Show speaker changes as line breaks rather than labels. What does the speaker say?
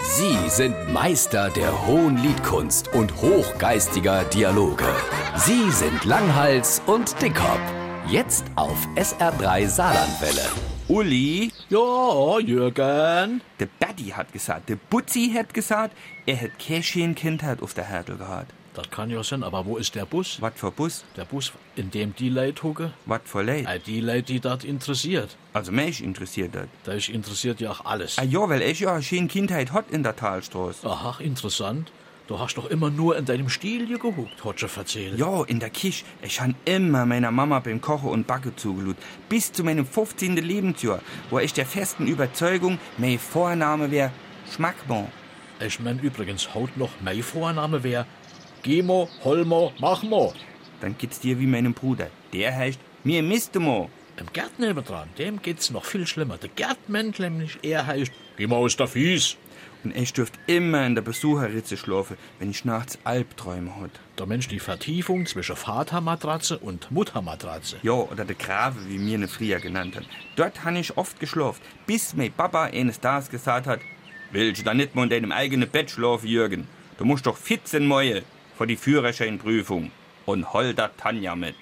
Sie sind Meister der hohen Liedkunst und hochgeistiger Dialoge. Sie sind Langhals und Dickhop. Jetzt auf SR3 Saarlandwelle.
Uli,
Ja, Jürgen.
der Buddy hat gesagt, der Butzi hat gesagt, er hätt keine schöne Kindheit auf der Herdel gehabt.
Das kann ja sein, aber wo ist der Bus?
Was für Bus,
Der Bus, in dem die Leute hucke?
was für Leid.
Äh, die Leute, die das interessiert.
Also mich interessiert das.
Da ist interessiert ja auch alles.
Ah ja, weil ich ja eine schöne Kindheit hat in der Talstraße.
Aha, interessant. Du hast doch immer nur in deinem Stil hier gehuckt, hat schon erzählt.
Ja, in der Kisch. Ich han immer meiner Mama beim Kochen und Backe zugelut. Bis zu meinem 15. Lebensjahr, wo ich der festen Überzeugung, mein Vorname wär Schmackbon.
Ich mein übrigens, haut noch mein Vorname wäre Gemo, Holmo, Machmo.
Dann geht's dir wie meinem Bruder. Der heißt mir Mistemo.
Im Gerd nebendran, dem geht's noch viel schlimmer. Der Gärtmensch nämlich, er heißt Gemo aus der Fies.
Und ich dürft immer in der Besucherritze schlafen, wenn ich nachts Albträume hat.
Der Mensch die Vertiefung zwischen Vatermatratze und Muttermatratze.
Ja, oder der Grave, wie mir ne Frier genannt hat. Dort han ich oft geschlafen, bis mein Papa eines Tages gesagt hat, willst du da nicht mal in deinem eigenen Bett schlafen, Jürgen? Du musst doch 14 Mäue vor die Führerscheinprüfung. Und hol da Tanja mit.